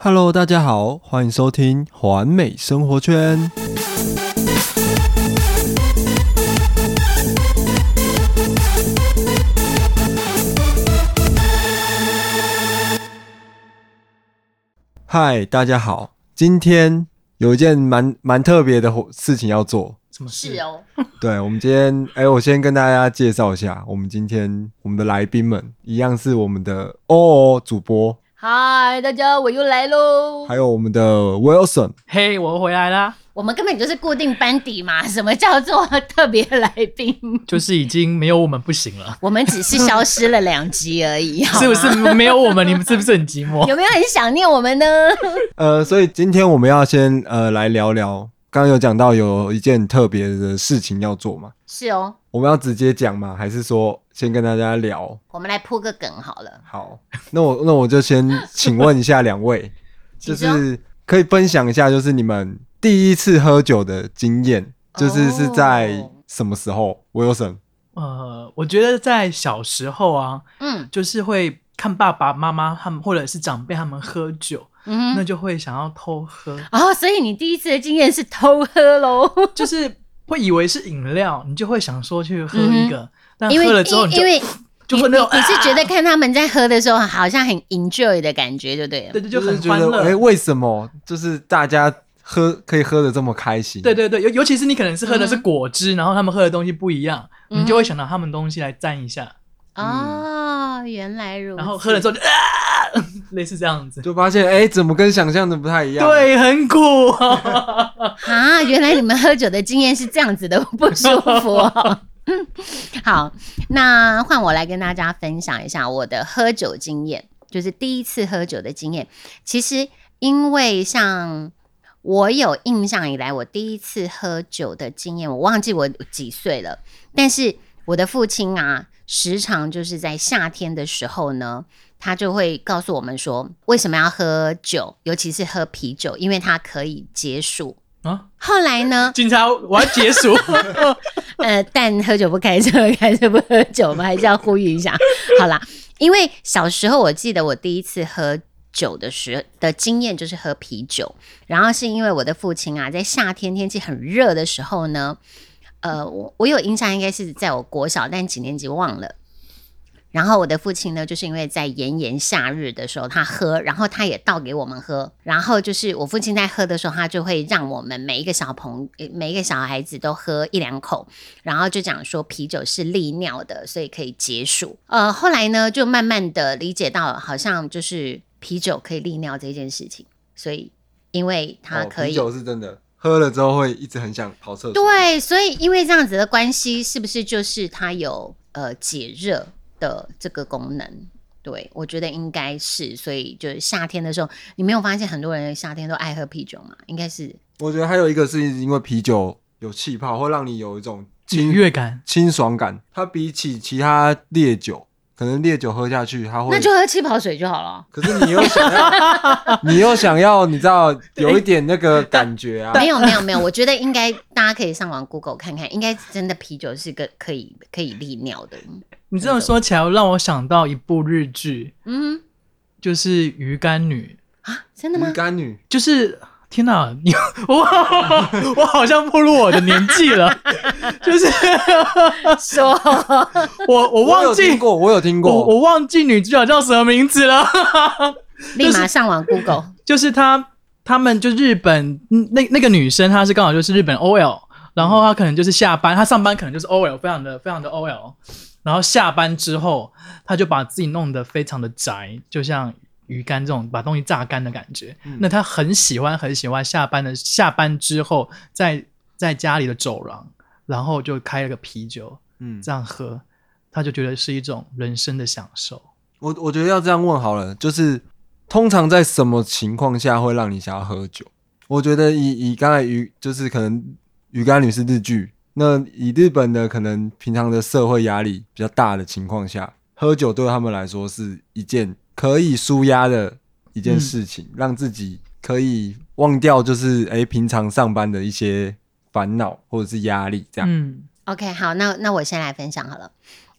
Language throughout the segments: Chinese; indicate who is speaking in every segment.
Speaker 1: Hello，大家好，欢迎收听环美生活圈。嗨，大家好，今天有一件蛮蛮特别的活事情要做。
Speaker 2: 什么
Speaker 3: 是
Speaker 2: 啊？
Speaker 3: 哦，
Speaker 1: 对，我们今天，哎、我先跟大家介绍一下，我们今天我们的来宾们一样是我们的哦哦主播，
Speaker 3: 嗨，大家我又来喽。
Speaker 1: 还有我们的 Wilson。
Speaker 2: 嘿我回来 啦，
Speaker 3: 我们根本就是固定班底嘛， 什么叫做特别来 宾？，
Speaker 2: 就是已经没有我们不行了
Speaker 3: 我们只是消失了两集而已，好吗 啊
Speaker 2: 是不？是？没有我们，你们是不是很寂寞？
Speaker 3: 有没有很想念我们呢？
Speaker 1: 呃，所以今天我们要先呃来聊聊，刚刚有讲到有一件特别的事情要做嘛，
Speaker 3: 是哦，
Speaker 1: 我们要直接讲吗？还是说先跟大家聊？
Speaker 3: 我们来铺个梗好了。
Speaker 1: 好，那我那我就先请问一下两位，就
Speaker 3: 请说
Speaker 1: 是可以分享一下，就是你们第一次喝酒的经验，就是是在
Speaker 3: 哦
Speaker 1: 什么时候？Wilson，
Speaker 2: 呃，我觉得在小时候啊，
Speaker 3: 嗯
Speaker 2: 就是会看爸爸妈妈他们或者是长辈他们喝酒，
Speaker 3: 嗯
Speaker 2: 那
Speaker 3: 哼，
Speaker 2: 就会想要偷喝，
Speaker 3: 哦，所以你第一次的经验是偷喝喽？
Speaker 2: 就是会以为是饮料，你就会想说去喝一个，但
Speaker 3: 嗯因为
Speaker 2: 喝了之后你
Speaker 3: 因
Speaker 2: 就
Speaker 3: 为
Speaker 2: 就
Speaker 3: 你
Speaker 2: 会
Speaker 3: 你
Speaker 2: 那种
Speaker 3: 你是觉得
Speaker 2: 啊
Speaker 3: 看他们在喝的时候好像很 enjoy 的感觉，就对了。
Speaker 2: 对对，就
Speaker 1: 就是
Speaker 2: 很
Speaker 1: 觉
Speaker 2: 欢
Speaker 1: 得，哎、
Speaker 2: 乐。
Speaker 1: 为什么就是大家喝可以喝的这么开心？
Speaker 2: 对对对，尤尤其是你可能是喝的是
Speaker 3: 嗯
Speaker 2: 果汁，然后他们喝的东西不一样，
Speaker 3: 嗯
Speaker 2: 你就会想到他们东西来蘸一下，
Speaker 3: 哦，原来如此。
Speaker 2: 然后喝了之后就啊， 类似这样子。
Speaker 1: 就发现哎、怎么跟想象的不太一样？，
Speaker 2: 对，很 苦、
Speaker 3: 啊，原来你们喝酒的经验是这样子的，不舒服、哦。 好，那换我来跟大家分享一下我的喝酒经验，就是第一次喝酒的经验。其实，因为像我有印象以来，我第一次喝酒的经验，我忘记我几岁了，但是我的父亲啊，时常就是在夏天的时候呢，他就会告诉我们说，为什么要喝酒，尤其是喝啤酒，因为它可以解暑。
Speaker 2: 啊！？
Speaker 3: 后来呢
Speaker 2: 警察，我要解 暑。
Speaker 3: 呃，但喝酒不开车，开车不喝酒，我们还是要呼吁一下。 好啦，因为小时候我记得我第一次喝酒的时的经验就是喝啤酒，然后是因为我的父亲啊，在夏天天气很热的时候呢，呃，我我有印象应该是在我国小，但几年级忘了。然后我的父亲呢，就是因为在炎炎夏日的时候，他喝，然后他也倒给我们喝。然后就是我父亲在喝的时候，他就会让我们每一个小朋呃每一个小孩子都喝一两口，然后就讲说啤酒是利尿的，所以可以解暑。呃，后来呢，就慢慢的理解到，好像就是啤酒可以利尿这件事情，所以因为它
Speaker 1: 哦，
Speaker 3: 可
Speaker 1: 啤
Speaker 3: 以、
Speaker 1: 酒是真的，喝了之后会一直很想跑厕所。
Speaker 3: 对，所以因为这样子的关系，是不是就是它有呃解热的这个功能？对，我觉得应该是，所以就是夏天的时候，你没有发现很多人夏天都爱喝啤酒吗？应该是
Speaker 1: 我觉得还有一个是因为啤酒有气泡，会让你有一种
Speaker 2: 愉
Speaker 1: 清
Speaker 2: 悦感，
Speaker 1: 清爽感。它比起其他烈酒，可能烈酒喝下去，它会
Speaker 3: 那就喝气泡水就好了。
Speaker 1: 可是你又想要， 你又想要，你知道有一点那个感觉啊。
Speaker 3: 没有没有没有，我觉得应该大家可以上网 Google 看看，应该真的啤酒是个可以可以利尿的。
Speaker 2: 你这么说起来，让我想到一部日剧，
Speaker 3: 嗯
Speaker 2: 就是《鱼干女
Speaker 3: 啊，真的吗
Speaker 1: 鱼？干女》，
Speaker 2: 就是天哪，你 我我好像步入我的年纪了， 就是
Speaker 3: 说
Speaker 2: 我我
Speaker 1: 有
Speaker 2: 忘记
Speaker 1: 听过，我有听
Speaker 2: 我
Speaker 1: 过。
Speaker 2: 我忘记女主角叫什么名字了，
Speaker 3: 立马上网 Google。
Speaker 2: 就是她他们就日本嗯那那个女生，她是刚好就是日本 OL，然后她可能就是下班，她上班可能就是 OL，非常的非常的 OL，然后下班之后，她就把自己弄得非常的宅，就像鱼干这种把东西榨干的感觉。
Speaker 1: 嗯
Speaker 2: 那她很喜欢很喜欢下班的下班之后，在在家里的走廊，然后就开了个啤酒
Speaker 1: 嗯，
Speaker 2: 这样喝，她就觉得是一种人生的享受。
Speaker 1: 我我觉得要这样问好了，就是通常在什么情况下会让你想要喝酒？我觉得以以刚才鱼就是可能鱼干女是日剧，那以日本的可能平常的社会压力比较大的情况下，喝酒对他们来说是一件可以舒压的一件事情，让自己可以忘掉就是诶平常上班的一些烦恼或者是压力这样。
Speaker 2: 嗯，
Speaker 3: OK，好，那那我先来分享好了。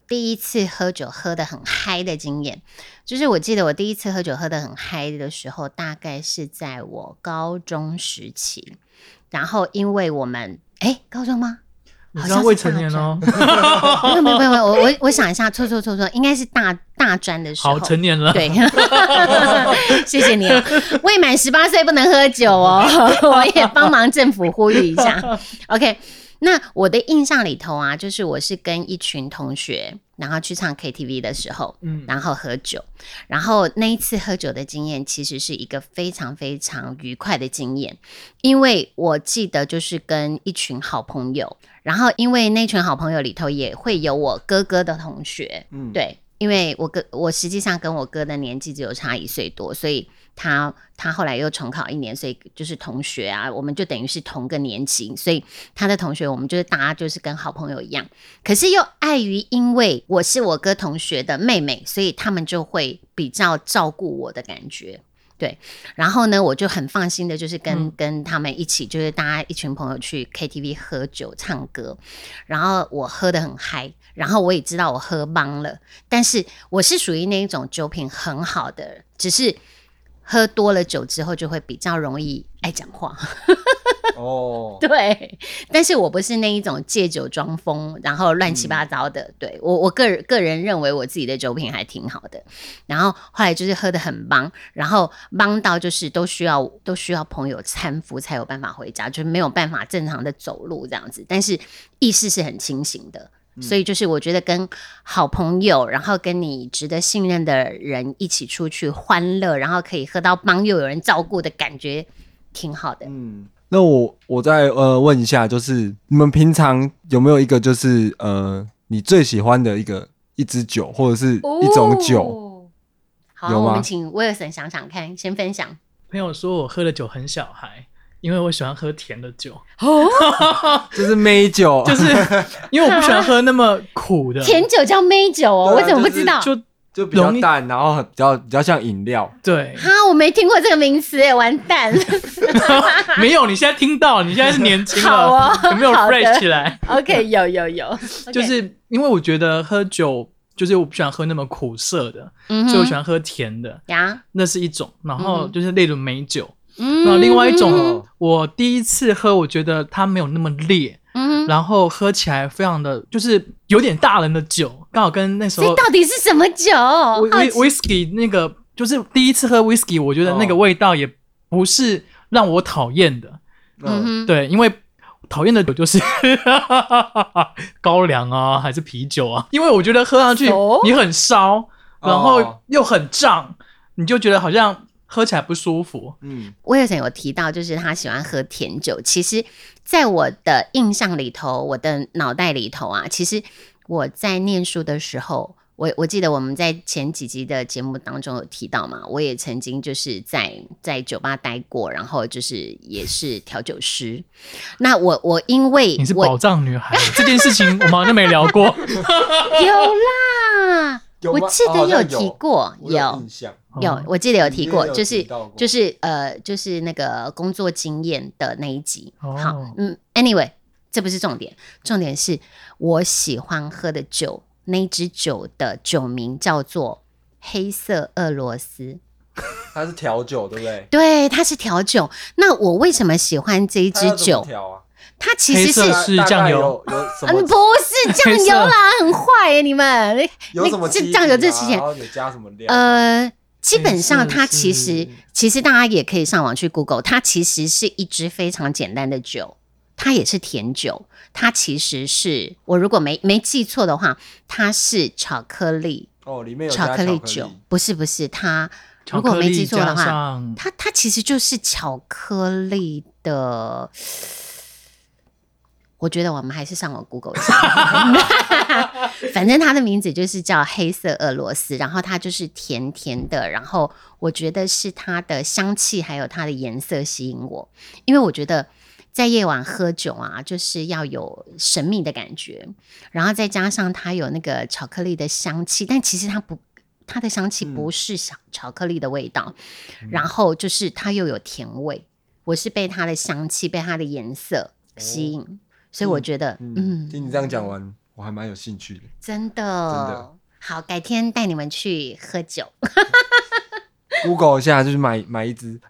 Speaker 3: 第一次喝酒喝的很嗨的经验，就是我记得我第一次喝酒喝的很嗨的时候，大概是在我高中时期。然后因为我们哎，高中吗？
Speaker 2: 你
Speaker 3: 好
Speaker 2: 知
Speaker 3: 像
Speaker 2: 道
Speaker 3: 是
Speaker 2: 未成年哦，
Speaker 3: 大专。没有没有没有，我我我想一下，错错错错，应该是大大专的时候。
Speaker 2: 好成年了，
Speaker 3: 对，谢谢你、哦。未满十八岁不能喝酒哦， 我也帮忙政府呼吁一下。OK，那我的印象里头啊，就是我是跟一群同学，然后去唱 KTV 的时候，
Speaker 2: 嗯，
Speaker 3: 然后喝酒，然后那一次喝酒的经验其实是一个非常非常愉快的经验，因为我记得就是跟一群好朋友，然后因为那群好朋友里头也会有我哥哥的同学，
Speaker 1: 嗯，，
Speaker 3: 对，因为我哥我实际上跟我哥的年纪只有差一岁多，所以他他后来又重考一年，所以就是同学啊，我们就等于是同个年级，所以他的同学我们就是大家就是跟好朋友一样。可是又碍于因为我是我哥同学的妹妹，所以他们就会比较照顾我的感觉。对，然后呢，我就很放心的，就是跟、
Speaker 2: 嗯
Speaker 3: 跟他们一起，就是大家一群朋友去 KTV 喝酒唱歌，然后我喝的很嗨，然后我也知道我喝懵了，但是我是属于那一种酒品很好的人，只是喝多了酒之后就会比较容易爱讲话。
Speaker 1: 哦，
Speaker 3: 对，但是我不是那一种借酒装疯，然后乱七八糟的。对我，我个人个人认为我自己的酒品还挺好的。然后后来就是喝的很帮，然后帮到就是都需要都需要朋友搀扶才有办法回家，就是没有办法正常的走路这样子。但是意识是很清醒的。所以就是，我觉得跟好朋友，然后跟你值得信任的人一起出去欢乐，然后可以喝到帮又有人照顾的感觉，挺好的。
Speaker 1: 嗯，那我我再呃问一下，就是你们平常有没有一个就是呃你最喜欢的一个一支酒或者是一种酒？
Speaker 3: 哦。好，
Speaker 1: 有吗
Speaker 3: 我们请威尔森想想看，先分享。
Speaker 2: 朋友说我喝的酒很小孩，因为我喜欢喝甜的酒，
Speaker 1: 就是美酒，啊
Speaker 2: 就是因为我不喜欢喝那么苦的，
Speaker 3: 甜酒叫美酒哦，
Speaker 1: 对啊
Speaker 3: 我怎么不知道？
Speaker 2: 就
Speaker 1: 就比较
Speaker 2: 容易
Speaker 1: 淡，然后很比较比较像饮料。
Speaker 2: 对，
Speaker 3: 哈，我没听过这个名词哎，完蛋。
Speaker 2: 没有，你现在听到，你现在是年轻
Speaker 3: 好
Speaker 2: 了
Speaker 3: 哦，
Speaker 2: 有没有
Speaker 3: 好的
Speaker 2: fresh 起来？
Speaker 3: OK，有有有，
Speaker 2: 就是因为我觉得喝酒，就是我不喜欢喝那么苦涩的，
Speaker 3: 所
Speaker 2: 所以我喜欢喝甜的，
Speaker 3: 呀。
Speaker 2: 那是一种。然后就是例如美酒，
Speaker 3: 嗯
Speaker 2: 那另外一种
Speaker 1: 嗯，
Speaker 2: 我第一次喝，我觉得它没有那么烈，
Speaker 3: 嗯，
Speaker 2: 然后喝起来非常的，就是有点大人的酒，刚好跟那时
Speaker 3: 这
Speaker 2: 候
Speaker 3: 到底是什么酒？好
Speaker 2: 威威
Speaker 3: 奇
Speaker 2: whisky 那个，就是第一次喝 whisky，我觉得那个
Speaker 1: 哦
Speaker 2: 味道也不是让我讨厌的。
Speaker 3: 嗯
Speaker 1: 嗯，
Speaker 3: 哼，
Speaker 2: 对，因为讨厌的酒就是 高粱啊，还是啤酒啊，因为我觉得喝上去
Speaker 3: 熟
Speaker 2: 你很烧，然
Speaker 1: 哦
Speaker 2: 后又很胀，你就觉得好像喝起来不舒服。
Speaker 1: 嗯，
Speaker 3: 威尔森有提到，就是他喜欢喝甜酒。其实，在我的印象里头，我的脑袋里头啊，其实我在念书的时候，我我记得我们在前几集的节目当中有提到嘛，我也曾经就是在在酒吧待过，然后就是也是调酒师。那我我因为
Speaker 2: 你是
Speaker 3: 我
Speaker 2: 宝藏女孩这件事情，我们好像没聊 过。
Speaker 3: 有啦，
Speaker 1: 有
Speaker 3: 我
Speaker 1: 吗
Speaker 3: 记
Speaker 1: 哦好
Speaker 3: 得
Speaker 1: 像
Speaker 3: 提过，
Speaker 1: 我有印象。哦
Speaker 3: 有，我记得有提过，
Speaker 1: 你也有
Speaker 3: 就是
Speaker 1: 提到过
Speaker 3: 就是呃，就是那个工作经验的那一集。
Speaker 2: 哦
Speaker 3: 好，嗯，anyway，这不是重点，重点是我喜欢喝的酒，那一支酒的酒名叫做黑色俄罗斯。
Speaker 1: 它是调酒，对不对？
Speaker 3: 对，它是调酒。那我为什么喜欢这一
Speaker 1: 它
Speaker 3: 支
Speaker 1: 要怎么
Speaker 3: 酒？
Speaker 1: 调啊，
Speaker 3: 它其实
Speaker 2: 黑
Speaker 3: 是
Speaker 2: 色。是
Speaker 1: 大大概
Speaker 2: 酱油
Speaker 1: 有有什
Speaker 3: 嗯，
Speaker 1: 么
Speaker 3: 不是酱油啦，很坏耶！你们
Speaker 1: 有什么
Speaker 3: 这
Speaker 1: 基
Speaker 3: 酱油
Speaker 1: 底
Speaker 3: 这
Speaker 1: 啊
Speaker 3: 之前
Speaker 1: 然后有加什么料？
Speaker 3: 呃，基本上它
Speaker 2: 是
Speaker 3: 其实其实大家也可以上网去 Google，它其实是一支非常简单的酒，它也是甜酒，它其实是我如果没没记错的话，它是巧克力
Speaker 1: 哦，里面有加
Speaker 3: 巧克力酒，不是不是它。
Speaker 2: 巧
Speaker 3: 如果
Speaker 2: 克
Speaker 3: 我没
Speaker 2: 力
Speaker 3: 记错的
Speaker 2: 加
Speaker 3: 话，
Speaker 2: 上
Speaker 3: 它它其实就是巧克力的。我觉得我们还是上网 Google 一下，反正它的名字就是叫黑色俄罗斯，然后它就是甜甜的，然后我觉得是它的香气还有它的颜色吸引我，因为我觉得在夜晚喝酒啊，就是要有神秘的感觉，然后再加上它有那个巧克力的香气，但其实它不，它的香气不是巧巧克力的味道，然后就是它又有甜味。我是被它的香气、被它的颜色吸引，所以我觉得，嗯，
Speaker 1: 听你这样讲完，我还蛮有兴趣的。
Speaker 3: 真的，
Speaker 1: 真的
Speaker 3: 好，改天带你们去喝酒，
Speaker 1: Google 一下，就是买买一支。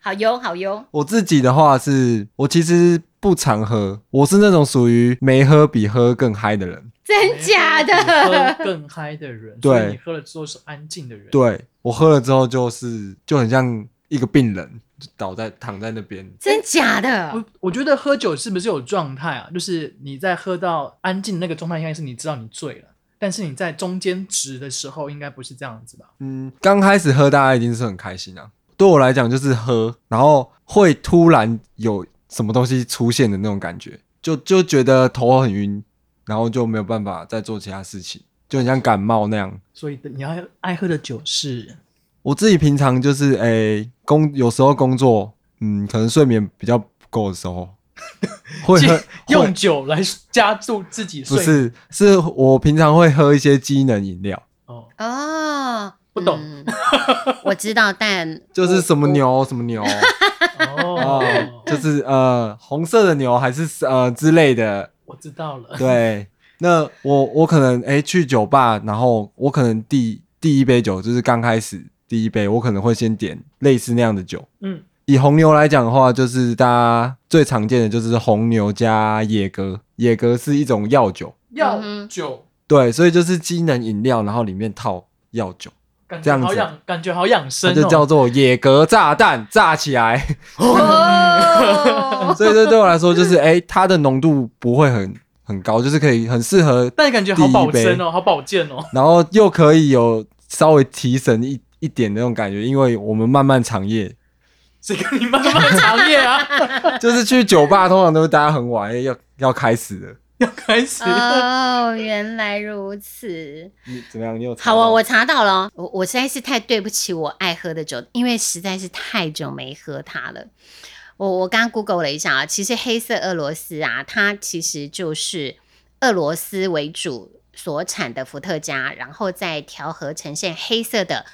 Speaker 3: 好哟，好哟。
Speaker 1: 我自己的话是，我其实不常喝，我是那种属于没喝比喝更嗨的人。
Speaker 3: 真假的？
Speaker 2: 喝更嗨的人，
Speaker 1: 对
Speaker 2: 所以你喝了之后是安静的人，，
Speaker 1: 对我喝了之后，就是就很像一个病人，就倒在躺在那边。
Speaker 3: 真假的
Speaker 1: 啊
Speaker 2: 我？我觉得喝酒是不是有状态啊？就是你在喝到安静那个状态，应该是你知道你醉了，但是你在中间值的时候，应该不是这样子吧？
Speaker 1: 嗯，刚开始喝大家一定是很开心啊。对我来讲就是喝，然后会突然有什么东西出现的那种感觉，就就觉得头很晕，然后就没有办法再做其他事情，就很像感冒那样。
Speaker 2: 所以你要爱喝的酒是
Speaker 1: 我自己平常就是诶、工，有时候工作，嗯，可能睡眠比较不够的时候， 会喝
Speaker 2: 借用
Speaker 1: 会
Speaker 2: 酒来加速自己
Speaker 1: 不
Speaker 2: 睡，
Speaker 1: 是，是我平常会喝一些机能饮料，
Speaker 2: 哦，
Speaker 3: 哦，
Speaker 2: 不懂
Speaker 3: 嗯我知道，但
Speaker 1: 就是什么牛什么牛 哦
Speaker 2: 哦，，
Speaker 1: 就是呃红色的牛还是呃之类的，
Speaker 2: 我知道了，
Speaker 1: 对。那我我可能诶、去酒吧，然后我可能第第一杯酒就是刚开始第一杯，我可能会先点类似那样的酒，
Speaker 2: 嗯，
Speaker 1: 以红牛来讲的话，就是大家最常见的就是红牛加野格，野格是一种药酒，
Speaker 2: 药
Speaker 3: 嗯哼
Speaker 2: 酒
Speaker 1: 对，所以就是机能饮料，然后里面套药酒，
Speaker 2: 感
Speaker 1: 这
Speaker 2: 觉
Speaker 1: 样子
Speaker 2: 好养，感觉好养生
Speaker 1: 它
Speaker 2: 哦，
Speaker 1: 就叫做野格炸弹，炸起来。
Speaker 3: 哦，
Speaker 1: 所以这对我来说就是，哎、它的浓度不会很很高，就是可以很适合，
Speaker 2: 但感觉好保身哦，好保健哦。
Speaker 1: 然后又可以有稍微提神一一点那种感觉，因为我们漫漫长夜，
Speaker 2: 谁跟你慢慢长夜啊？
Speaker 1: 就是去酒吧通常都是大家很晚，哎要要开始了。
Speaker 2: 要开始了，
Speaker 3: 哦，原来如此。
Speaker 1: 你怎么样？你有查
Speaker 3: 好
Speaker 1: 到
Speaker 3: 啊，
Speaker 1: 吗
Speaker 3: 我查到了哦。我我实在是太对不起我爱喝的酒，因为实在是太久没喝它了。我我刚刚 Google 了一下啊，其实黑色俄罗斯啊，它其实就是俄罗斯为主所产的伏特加，然后再调和呈现黑色的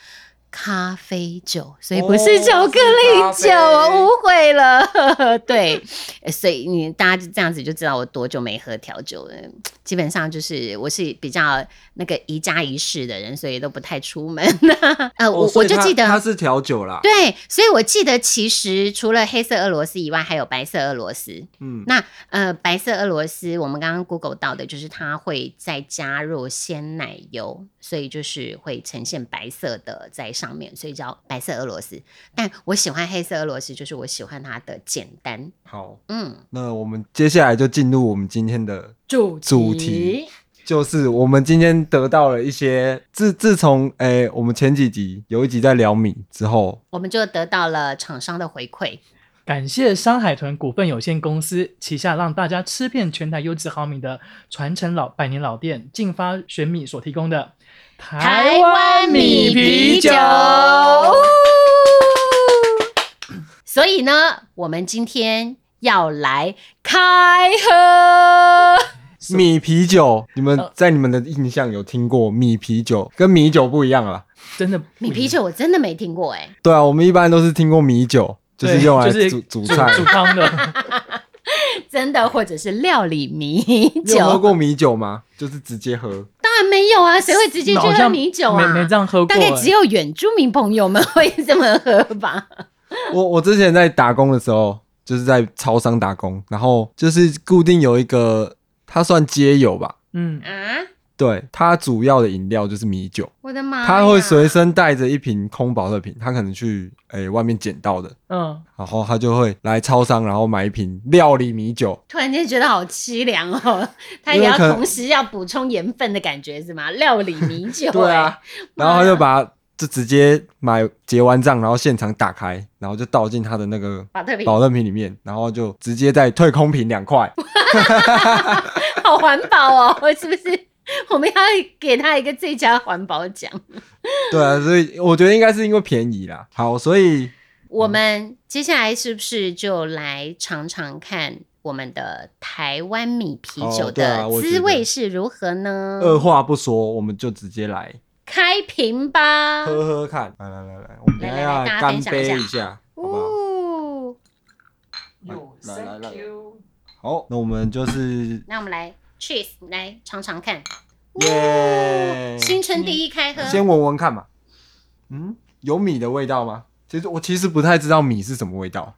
Speaker 3: 咖啡酒，所以不是
Speaker 1: 哦
Speaker 3: 巧克力
Speaker 1: 是
Speaker 3: 酒，
Speaker 1: 咖啡
Speaker 3: 我误会了。 对，呃所以你大家就这样子就知道我多久没喝调酒了。基本上就是我是比较那个宜家宜室的人，所以都不太出门。 呃，我、
Speaker 1: 哦所
Speaker 3: 我
Speaker 1: 以
Speaker 3: 就
Speaker 1: 它
Speaker 3: 记得
Speaker 1: 它是调酒啦，
Speaker 3: 对，所以我记得其实除了黑色俄罗斯以外，还有白色俄罗斯。
Speaker 1: 嗯，
Speaker 3: 那呃，白色俄罗斯我们刚刚 Google 到的就是它会再加入鲜奶油，所以就是会呈现白色的在上面，所以叫白色俄罗斯。但我喜欢黑色俄罗斯，就是我喜欢它的简单。
Speaker 1: 好，
Speaker 3: 嗯，
Speaker 1: 那我们接下来就进入我们今天的，
Speaker 3: 主
Speaker 1: 主题就是我们今天得到了一些自自从诶、我们前几集有一集在聊米之后，
Speaker 3: 我们就得到了厂商的回馈。
Speaker 2: 感谢山海豚股份有限公司旗下让大家吃遍全台优质好米的传承老百年老店进发选米所提供的
Speaker 3: 台湾米啤酒。所以呢，我们今天要来开喝。
Speaker 1: 米啤酒，你们
Speaker 2: 呃
Speaker 1: 在你们的印象有听过米啤酒跟米酒不一样啦。
Speaker 2: 真的
Speaker 3: 米啤酒我真的没听过哎、
Speaker 1: 对啊，我们一般都是听过米酒，就是
Speaker 2: 对
Speaker 1: 用来
Speaker 2: 就是
Speaker 1: 煮煮菜。
Speaker 2: 煮汤的，
Speaker 3: 真的或者是料理米
Speaker 1: 你有喝
Speaker 3: 酒，
Speaker 1: 过米酒吗？就是直接喝，
Speaker 3: 当然没有 啊，谁会直接去
Speaker 2: 好
Speaker 3: 喝
Speaker 2: 像
Speaker 3: 米酒
Speaker 2: 没
Speaker 3: 啊？
Speaker 2: 没这样喝过
Speaker 3: 大
Speaker 2: 欸，
Speaker 3: 概只有原住民朋友们会这么喝吧。
Speaker 1: 我我之前在打工的时候，就是在超商打工，然后就是固定有一个，它算街友吧，
Speaker 2: 嗯，
Speaker 3: 啊，
Speaker 1: 对，它主要的饮料就是米酒，
Speaker 3: 我的妈哎呀！
Speaker 1: 它会随身带着一瓶空保特瓶，它可能去诶、外面捡到的，
Speaker 2: 嗯，
Speaker 1: 然后他就会来超商，然后买一瓶料理米酒。
Speaker 3: 突然间觉得好凄凉 哦，他
Speaker 1: 因
Speaker 3: 也
Speaker 1: 为
Speaker 3: 要
Speaker 1: 可能
Speaker 3: 同时要补充盐分的感觉是吗？料理 米酒、欸，
Speaker 1: 对啊，然后他就把就直接买结完账，然后现场打开，然后就倒进他的那个
Speaker 3: 保特瓶
Speaker 1: 保乐瓶里面，然后就直接再退空瓶两 块。
Speaker 3: 好环保哦， 是不是？我们要给他一个最佳环保奖。
Speaker 1: 对啊，所以我觉得应该是因为便宜啦。好，所以
Speaker 3: 我们接下来是不是就来尝尝看我们的台湾米啤酒
Speaker 1: 哦对啊
Speaker 3: 的
Speaker 1: 我觉
Speaker 3: 滋
Speaker 1: 得呃
Speaker 3: 味是如何呢？
Speaker 1: 二话不说，我们就直接来
Speaker 3: 开瓶吧！
Speaker 1: 喝喝看。来来来来，我们等一
Speaker 3: 来嗯来
Speaker 1: 下
Speaker 3: 来大家
Speaker 1: 干
Speaker 3: 分享一
Speaker 1: 杯
Speaker 3: 下
Speaker 1: 一下，好不好？
Speaker 3: 哦，
Speaker 1: 有来来来 thank 好，那我们就是
Speaker 3: 那我们来 cheese 来尝尝看。
Speaker 1: 耶！嗯
Speaker 3: 新春第一开喝，
Speaker 1: 先闻闻看嘛。嗯，有米的味道吗？其实我其实不太知道米是什么味道，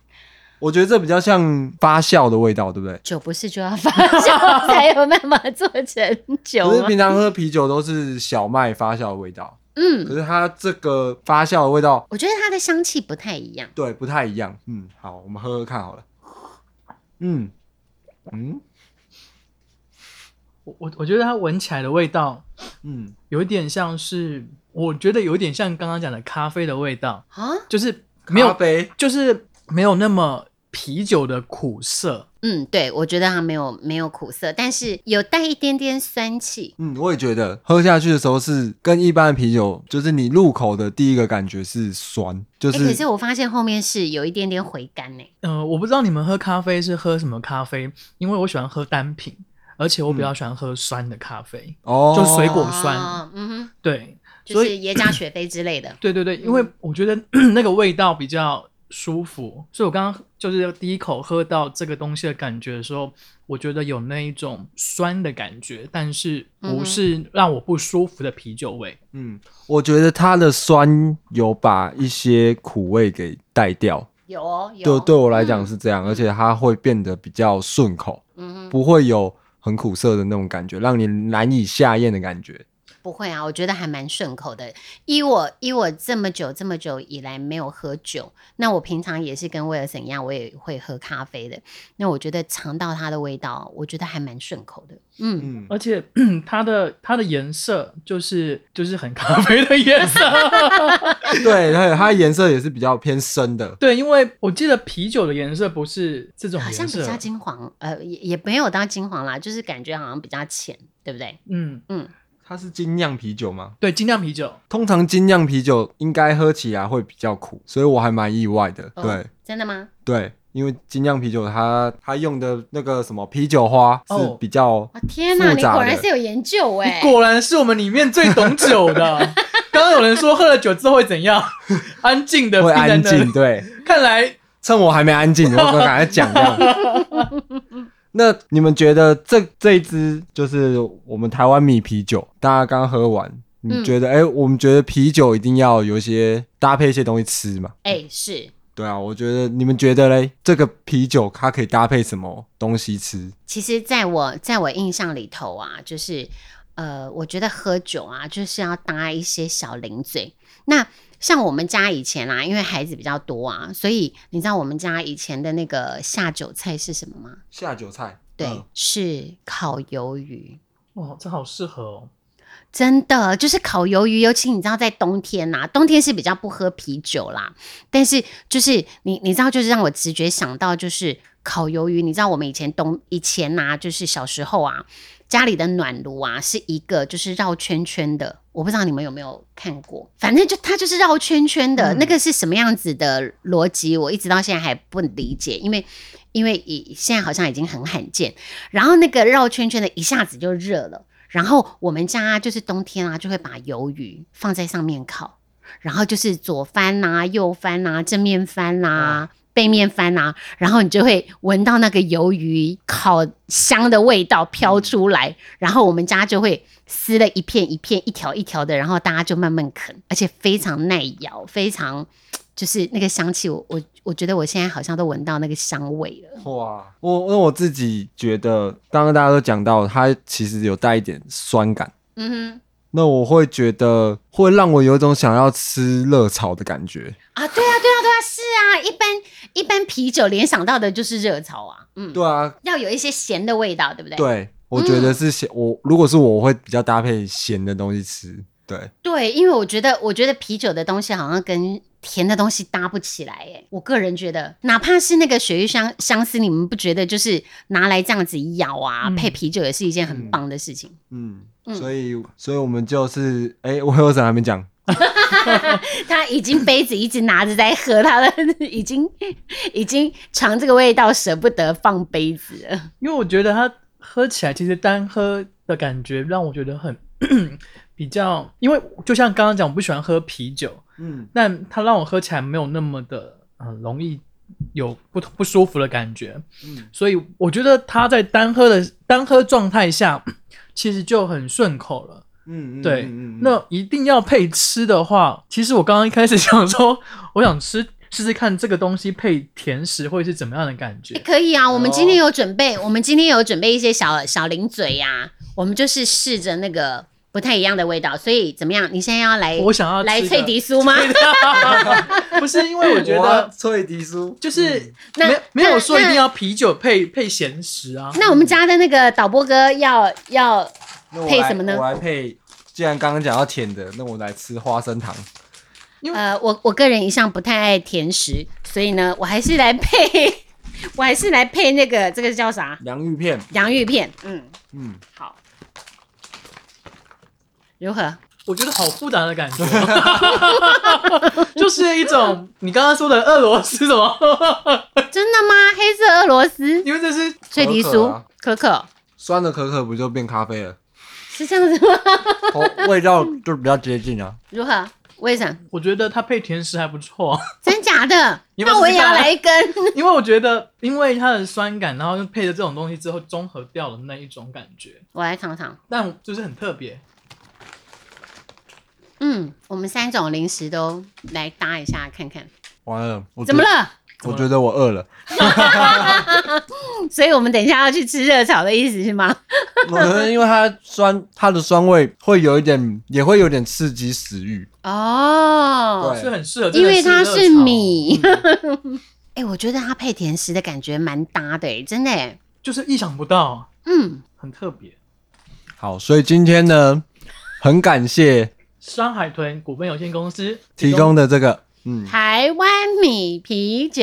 Speaker 1: 我觉得这比较像发酵的味道，对不 对？
Speaker 3: 酒不是就要发酵才有办法做成酒
Speaker 1: 可是
Speaker 3: 吗？
Speaker 1: 平常喝啤酒都是小麦发酵的味道，
Speaker 3: 嗯，
Speaker 1: 可是它这个发酵的味道，
Speaker 3: 我觉得它的香气不太一样。
Speaker 1: 对，不太一样。嗯，好，我们喝喝看好了。嗯嗯
Speaker 2: 我我我觉得它闻起来的味道
Speaker 1: 嗯，
Speaker 2: 有一点像是，我觉得有一点像刚刚讲的咖啡的味道，
Speaker 3: 啊，
Speaker 2: 就是没有
Speaker 1: 咖啡，
Speaker 2: 就是没有那么啤酒的苦涩。
Speaker 3: 嗯，对，我觉得它没有没有苦涩，但是有带一点点酸气。
Speaker 1: 嗯，我也觉得喝下去的时候是跟一般的啤酒，就是你入口的第一个感觉是酸，就
Speaker 3: 哎、
Speaker 1: 是、
Speaker 3: 可是我发现后面是有一点点回甘呢、
Speaker 2: 呃，我不知道你们喝咖啡是喝什么咖啡，因为我喜欢喝单品，而且我
Speaker 3: 嗯
Speaker 2: 比较喜欢喝酸的咖啡。
Speaker 1: 哦，
Speaker 2: 就水果酸
Speaker 3: 哦嗯哼，
Speaker 2: 对，
Speaker 3: 就
Speaker 2: 所
Speaker 3: 是
Speaker 2: 以
Speaker 3: 耶加雪菲之类 的。
Speaker 2: 对对对，因为
Speaker 3: 嗯
Speaker 2: 我觉得 那个味道比较舒服，所以我刚刚就是第一口喝到这个东西的感觉的时候，我觉得有那一种酸的感觉，但是
Speaker 3: 嗯哼
Speaker 2: 不是让我不舒服的啤酒味。
Speaker 1: 嗯，我觉得它的酸有把一些苦味给带掉，
Speaker 3: 有哦，有
Speaker 1: 就
Speaker 3: 哦
Speaker 1: 对我来讲，是这样，而且它会变得比较顺口，
Speaker 3: 嗯嗯哼，
Speaker 1: 不会有很苦涩的那种感觉，让你难以下咽的感觉。
Speaker 3: 不会啊，我觉得还蛮顺口的。依我依我这么久这么久以来没有喝酒，那我平常也是跟威尔森一样，我也会喝咖啡的。那我觉得尝到它的味道，我觉得还蛮顺口的。嗯，
Speaker 1: 嗯，
Speaker 2: 而且 它的它的颜色就是就是很咖啡的颜色，
Speaker 1: 对，它它颜色也是比较偏深的，
Speaker 2: 对，因为我记得啤酒的颜色不是这种
Speaker 3: 好像
Speaker 2: 颜
Speaker 3: 比
Speaker 2: 色
Speaker 3: 较，金黄，呃，也也没有到金黄啦，就是感觉好像比较浅，对不对？
Speaker 2: 嗯，
Speaker 1: 它是精酿啤酒吗？
Speaker 2: 对，精酿啤酒，
Speaker 1: 通常精酿啤酒应该喝起来会比较苦，所以我还蛮意外的。
Speaker 3: 哦
Speaker 1: 对
Speaker 3: 真的吗？
Speaker 1: 对，因为精酿啤酒它它用的那个什么啤酒花是
Speaker 2: 哦
Speaker 1: 比 较
Speaker 3: 哇，天哪，
Speaker 1: 复
Speaker 3: 你
Speaker 1: 杂
Speaker 3: 果
Speaker 1: 的
Speaker 3: 然是有研究哎、
Speaker 2: 你果然是我们里面最懂酒的。刚刚有人说喝了酒之后会怎样？安静的
Speaker 1: 会
Speaker 2: 闭在
Speaker 1: 安
Speaker 2: 那里
Speaker 1: 静。。对，
Speaker 2: 看来
Speaker 1: 趁我还没安静，我赶快讲这样。那你们觉得这这一支就是我们台湾米啤酒，大家刚喝完，你们觉得？哎、我们觉得啤酒一定要有一些搭配一些东西吃嘛？
Speaker 3: 哎、是，
Speaker 1: 对啊，我觉得你们觉得嘞，这个啤酒它可以搭配什么东西吃？
Speaker 3: 其实在我在我印象里头啊，就是呃，我觉得喝酒啊，就是要搭一些小零嘴。那像我们家以前啊，因为孩子比较多啊，所以你知道我们家以前的那个下酒菜是什么吗？
Speaker 1: 下酒菜，嗯
Speaker 3: 对，是烤鱿鱼。
Speaker 2: 哇，这好适合哦。
Speaker 3: 真的就是烤鱿鱼，尤其你知道在冬天呐、冬天是比较不喝啤酒啦。但是就是你你知道，就是让我直觉想到就是烤鱿鱼。你知道我们以前冬以前呐、就是小时候啊，家里的暖炉啊是一个就是绕圈圈的，我不知道你们有没有看过，反正就它就是绕圈圈的、
Speaker 2: 嗯
Speaker 3: 那个是什么样子的逻辑，我一直到现在还不理解，因为因为以现在好像已经很罕见。然后那个绕圈圈的一下子就热了，然后我们家就是冬天啊，就会把鱿鱼放在上面烤，然后就是左翻呐、右翻呐、正面翻呐、背面翻呐、然后你就会闻到那个鱿鱼烤香的味道飘出来，然后我们家就会撕了一片一片、一条一条的，然后大家就慢慢啃，而且非常耐咬，非常就是那个香气，我我我觉得我现在好像都闻到那个香味了。
Speaker 1: 哇，我那我自己觉得，刚刚大家都讲到，它其实有带一点酸感。
Speaker 3: 嗯
Speaker 1: 那我会觉得会让我有一种想要吃热炒的感觉。
Speaker 3: 哼，啊，对啊，对啊，对啊，是啊，一般一般啤酒联想到的就是热潮啊，嗯，
Speaker 1: 对啊，
Speaker 3: 要有一些咸的味道，对不对？
Speaker 1: 对，我觉得是咸。我如果是我，我会比较搭配咸的东西吃。对，
Speaker 3: 对，因为我觉得，我觉得啤酒的东西好像跟甜的东西搭不起来，哎，我个人觉得，哪怕是那个鳕鱼香相思，你们不觉得就是拿来这样子咬啊，
Speaker 2: 嗯
Speaker 3: 配啤酒也是一件很棒的事情。
Speaker 1: 嗯，
Speaker 3: 嗯
Speaker 1: 所以，所以我们就是，哎、我有什么还没讲？
Speaker 3: 他已经杯子一直拿着在喝，他的 已经已经尝这个味道，舍不得放杯子了。
Speaker 2: 因为我觉得它喝起来其实单喝的感觉让我觉得很 比较，因为就像刚刚讲，我不喜欢喝啤酒，
Speaker 1: 嗯，
Speaker 2: 但它让我喝起来没有那么的嗯容易有不不舒服的感觉。
Speaker 1: 嗯
Speaker 2: 所以我觉得他在单喝的单喝状态下，其实就很顺口了。
Speaker 1: 嗯，嗯嗯
Speaker 2: 对
Speaker 1: 嗯嗯
Speaker 2: 那一定要配吃的话，其实我刚刚一开始想说，我想吃试试看这个东西配甜食会是怎么样的感
Speaker 3: 也
Speaker 2: 觉。
Speaker 3: 可以啊，我们今天有准备，我们今天有准备一些小小零嘴呀、我们就是试着那个不太一样的味道，所以怎么样？你现在要来
Speaker 2: 我想要
Speaker 3: 来
Speaker 2: 吃一个
Speaker 3: 脆迪酥吗？
Speaker 2: 不是因为我啊觉
Speaker 1: 哇
Speaker 2: 得
Speaker 1: 脆迪酥嗯
Speaker 2: 就是
Speaker 3: 那
Speaker 2: 没有没有
Speaker 3: 那
Speaker 2: 说一定
Speaker 3: 那
Speaker 2: 要啤酒配配咸食啊。
Speaker 3: 那我们家的那个导播哥要要
Speaker 1: 那我
Speaker 3: 配
Speaker 1: 来
Speaker 3: 什么呢
Speaker 1: 我来配，既然刚刚讲到甜的，那我来吃花生糖。
Speaker 3: 呃，我我个人一向不太爱甜食，所以呢，我还是来配， 我还是来配那个这个叫啥
Speaker 1: 洋芋片，
Speaker 3: 洋芋片，嗯，
Speaker 1: 嗯，
Speaker 3: 好，如何？
Speaker 2: 我觉得好复杂的感觉， 就是一种你刚刚说的俄罗斯什么，
Speaker 3: 真的吗？黑色俄罗斯
Speaker 2: 因为这是
Speaker 3: 脆皮
Speaker 1: 可可
Speaker 3: 酥
Speaker 1: 啊
Speaker 3: 可可
Speaker 1: 酸的可可不就变咖啡 了？
Speaker 3: 是这样子吗？
Speaker 1: 口味道就比较接近啊。
Speaker 3: 如何？为什么？
Speaker 2: 我觉得它配甜食还不错，啊
Speaker 3: 真假的？
Speaker 2: 你们
Speaker 3: 那我也
Speaker 2: 知道
Speaker 3: 要
Speaker 2: 啊
Speaker 3: 来一根。
Speaker 2: 因为我觉得因为它的酸感，然后又配着这种东西之后综合掉的那一种感觉，
Speaker 3: 我来尝尝。
Speaker 2: 但就是很特别。
Speaker 3: 嗯，我们三种零食都来搭一下看看，
Speaker 1: 完了，我
Speaker 3: 怎么
Speaker 1: 觉
Speaker 3: 了？
Speaker 1: 得？我觉得我饿了。
Speaker 3: 所以我们等一下要去吃热炒的意思是吗？
Speaker 1: 我觉得因为它酸，它的酸味会有一点，也会有点刺激食欲。
Speaker 3: 哦，
Speaker 1: 对
Speaker 2: 是很适合，
Speaker 3: 因为
Speaker 2: 真的
Speaker 3: 它
Speaker 2: 适合
Speaker 3: 是
Speaker 2: 炒
Speaker 3: 米
Speaker 2: 嗯
Speaker 3: 哎、我觉得它配甜食的感觉蛮搭的、欸，真的、欸。
Speaker 2: 就是意想不到，
Speaker 3: 嗯，
Speaker 2: 很特别。
Speaker 1: 好，所以今天呢，很感谢
Speaker 2: 山海豚股份有限公司
Speaker 1: 提供的这个，嗯，
Speaker 3: 台湾米啤酒，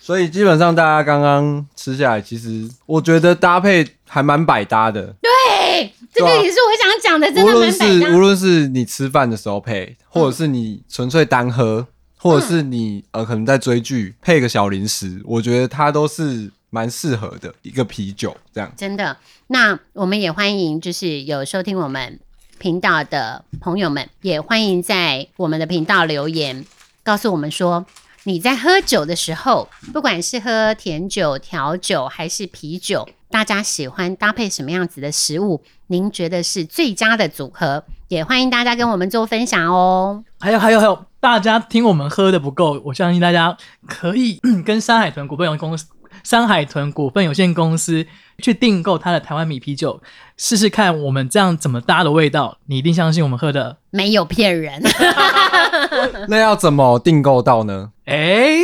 Speaker 1: 所以基本上大家刚刚吃下来，其实我觉得搭配还蛮百搭的，
Speaker 3: 哎、这
Speaker 1: 对
Speaker 3: 个
Speaker 1: 啊
Speaker 3: 也是我想讲的，真
Speaker 1: 无
Speaker 3: 的
Speaker 1: 论
Speaker 3: 蛮百
Speaker 1: 是无
Speaker 3: 搭。
Speaker 1: 论是你吃饭的时候配，或者是你纯粹单
Speaker 3: 嗯
Speaker 1: 喝，或者是你呃可能在追剧配个小零食，我觉得它都是蛮适合的一个啤酒这 样。
Speaker 3: 真的，那我们也欢迎，就是有收听我们频道的朋友们，也欢迎在我们的频道留言，告诉我们说你在喝酒的时候，不管是喝甜酒、调酒还是啤酒，大家喜欢搭配什么样子的食物，您觉得是最佳的组合？也欢迎大家跟我们做分享哦。
Speaker 2: 还有还有还有，大家听我们喝的不够，我相信大家可以嗯跟山海豚股份有限公司、山海豚股份有限公司去订购它的台湾米啤酒，试试看我们这样怎么搭的味道，你一定相信我们喝的。
Speaker 3: 没有骗人，
Speaker 1: 那要怎么订购到呢？
Speaker 2: 哎、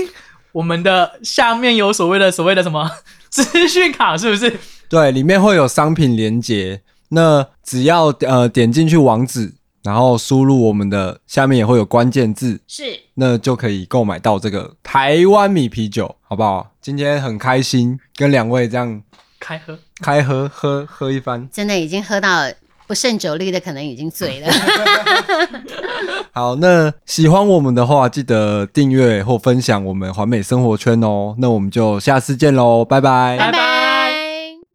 Speaker 2: 我们的下面有所谓的所谓的什么 资讯卡，是不是？
Speaker 1: 对，里面会有商品连接，那只要呃点进去网址，然后输入我们的下面也会有关键字，
Speaker 3: 是
Speaker 1: 那就可以购买到这个台湾米啤酒，好不好？今天很开心跟两位这样
Speaker 2: 开喝，
Speaker 1: 开喝喝喝一番。
Speaker 3: 真的已经喝到不胜酒力的，可能已经醉了。
Speaker 1: 好，那喜欢我们的话，记得订阅或分享我们环美生活圈哦。那我们就下次见喽，拜拜。
Speaker 3: 拜拜。